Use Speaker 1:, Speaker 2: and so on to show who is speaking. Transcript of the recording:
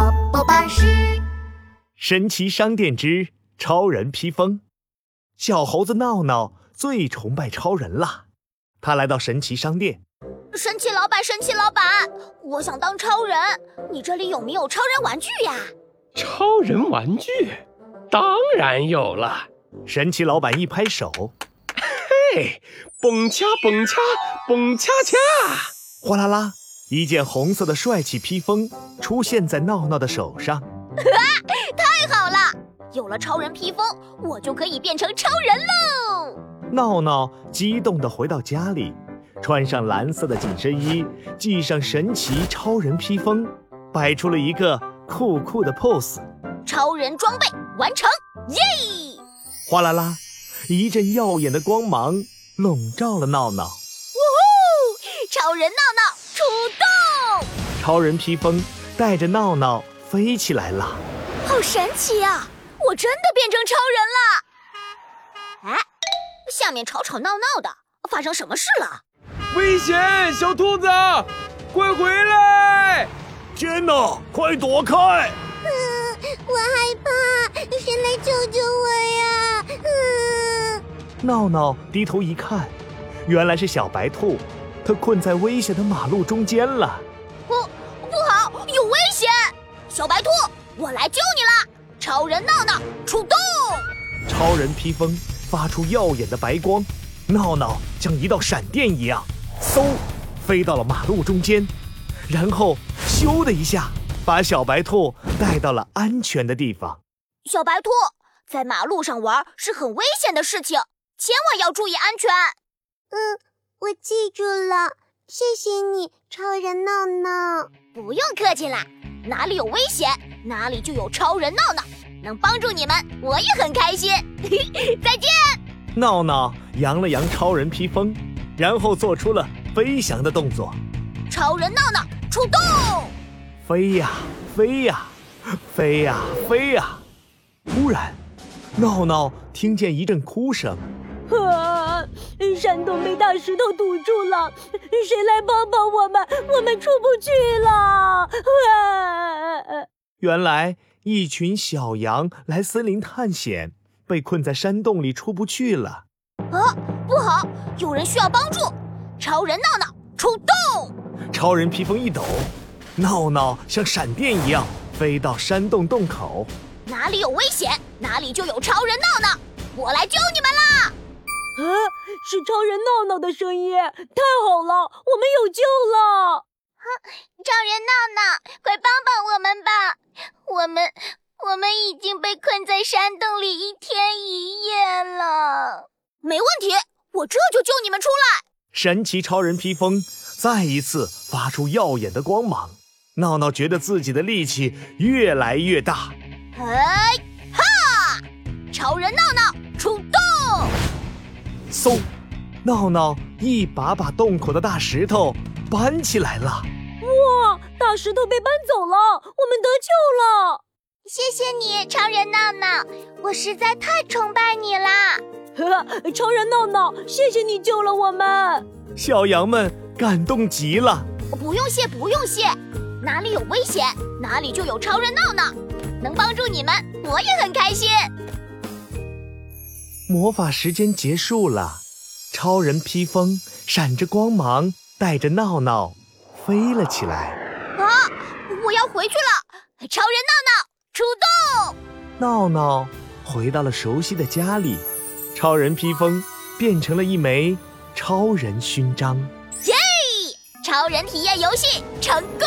Speaker 1: 老师，
Speaker 2: 神奇商店之超人披风。小猴子闹闹最崇拜超人啦，他来到神奇商店，
Speaker 1: 神奇老板，神奇老板，我想当超人，你这里有没有超人玩具呀？
Speaker 3: 超人玩具，当然有了。
Speaker 2: 神奇老板一拍手，
Speaker 3: 嘿，蹦恰蹦恰蹦恰恰，
Speaker 2: 哗啦啦，一件红色的帅气披风出现在闹闹的手上。
Speaker 1: 太好了，有了超人披风，我就可以变成超人喽！
Speaker 2: 闹闹激动地回到家里，穿上蓝色的紧身衣，系上神奇超人披风，摆出了一个酷酷的 pose。
Speaker 1: 超人装备完成，耶！
Speaker 2: 哗啦啦，一阵耀眼的光芒笼罩了闹闹。
Speaker 1: 超人闹闹出动，
Speaker 2: 超人披风带着闹闹飞起来了。
Speaker 1: 好神奇啊！我真的变成超人了。哎，下面吵吵闹闹的，发生什么事了？
Speaker 3: 危险！小兔子，快回来！
Speaker 2: 天哪，快躲开！
Speaker 1: 呃我害怕，谁来救救我呀？嗯，
Speaker 2: 闹闹低头一看，原来是小白兔，它困在危险的马路中间了。
Speaker 1: 不好，有危险！小白兔，我来救你啦！超人闹闹出动，
Speaker 2: 超人披风发出耀眼的白光，闹闹像一道闪电一样，嗖，飞到了马路中间，然后咻的一下，把小白兔带到了安全的地方。
Speaker 1: 小白兔在马路上玩是很危险的事情，千万要注意安全。
Speaker 4: 嗯，我记住了，谢谢你，超人闹闹。
Speaker 1: 不用客气啦，哪里有危险，哪里就有超人闹闹，能帮助你们，我也很开心。 再见。
Speaker 2: 闹闹扬了扬超人披风，然后做出了飞翔的动作，
Speaker 1: 超人闹闹出动，
Speaker 2: 飞呀飞呀，飞呀飞呀。突然，闹闹听见一阵哭声，
Speaker 5: 啊！山洞被大石头堵住了，谁来帮帮我们？我们出不去了！啊！
Speaker 2: 原来一群小羊来森林探险，被困在山洞里出不去了。
Speaker 1: 不好，有人需要帮助。超人闹闹出动，
Speaker 2: 超人披风一抖，闹闹像闪电一样飞到山洞洞口。
Speaker 1: 哪里有危险，哪里就有超人闹闹，我来救你们啦！
Speaker 5: 啊！是超人闹闹的声音，太好了，我们有救了！
Speaker 1: 超人闹闹，快帮帮我们吧！我们我们已经被困在山洞里一天一夜了。没问题，我这就救你们出来。
Speaker 2: 神奇超人披风再一次发出耀眼的光芒，闹闹觉得自己的力气越来越大。
Speaker 1: 哎哈！超人闹闹出动，
Speaker 2: 嗖，闹闹一把把洞口的大石头搬起来了。
Speaker 5: 哇，啊大石头被搬走了，我们得救了！
Speaker 1: 谢谢你，超人闹闹，我实在太崇拜你啦！
Speaker 5: 啊！超人闹闹，谢谢你救了我们！
Speaker 2: 小羊们感动极了。
Speaker 1: 不用谢，不用谢，哪里有危险，哪里就有超人闹闹，能帮助你们，我也很开心。
Speaker 2: 魔法时间结束了，超人披风闪着光芒，带着闹闹飞了起来。
Speaker 1: 我要回去了，超人闹闹出动，
Speaker 2: 闹闹回到了熟悉的家里，超人披风变成了一枚超人勋章。
Speaker 1: 嘿超人体验游戏成功，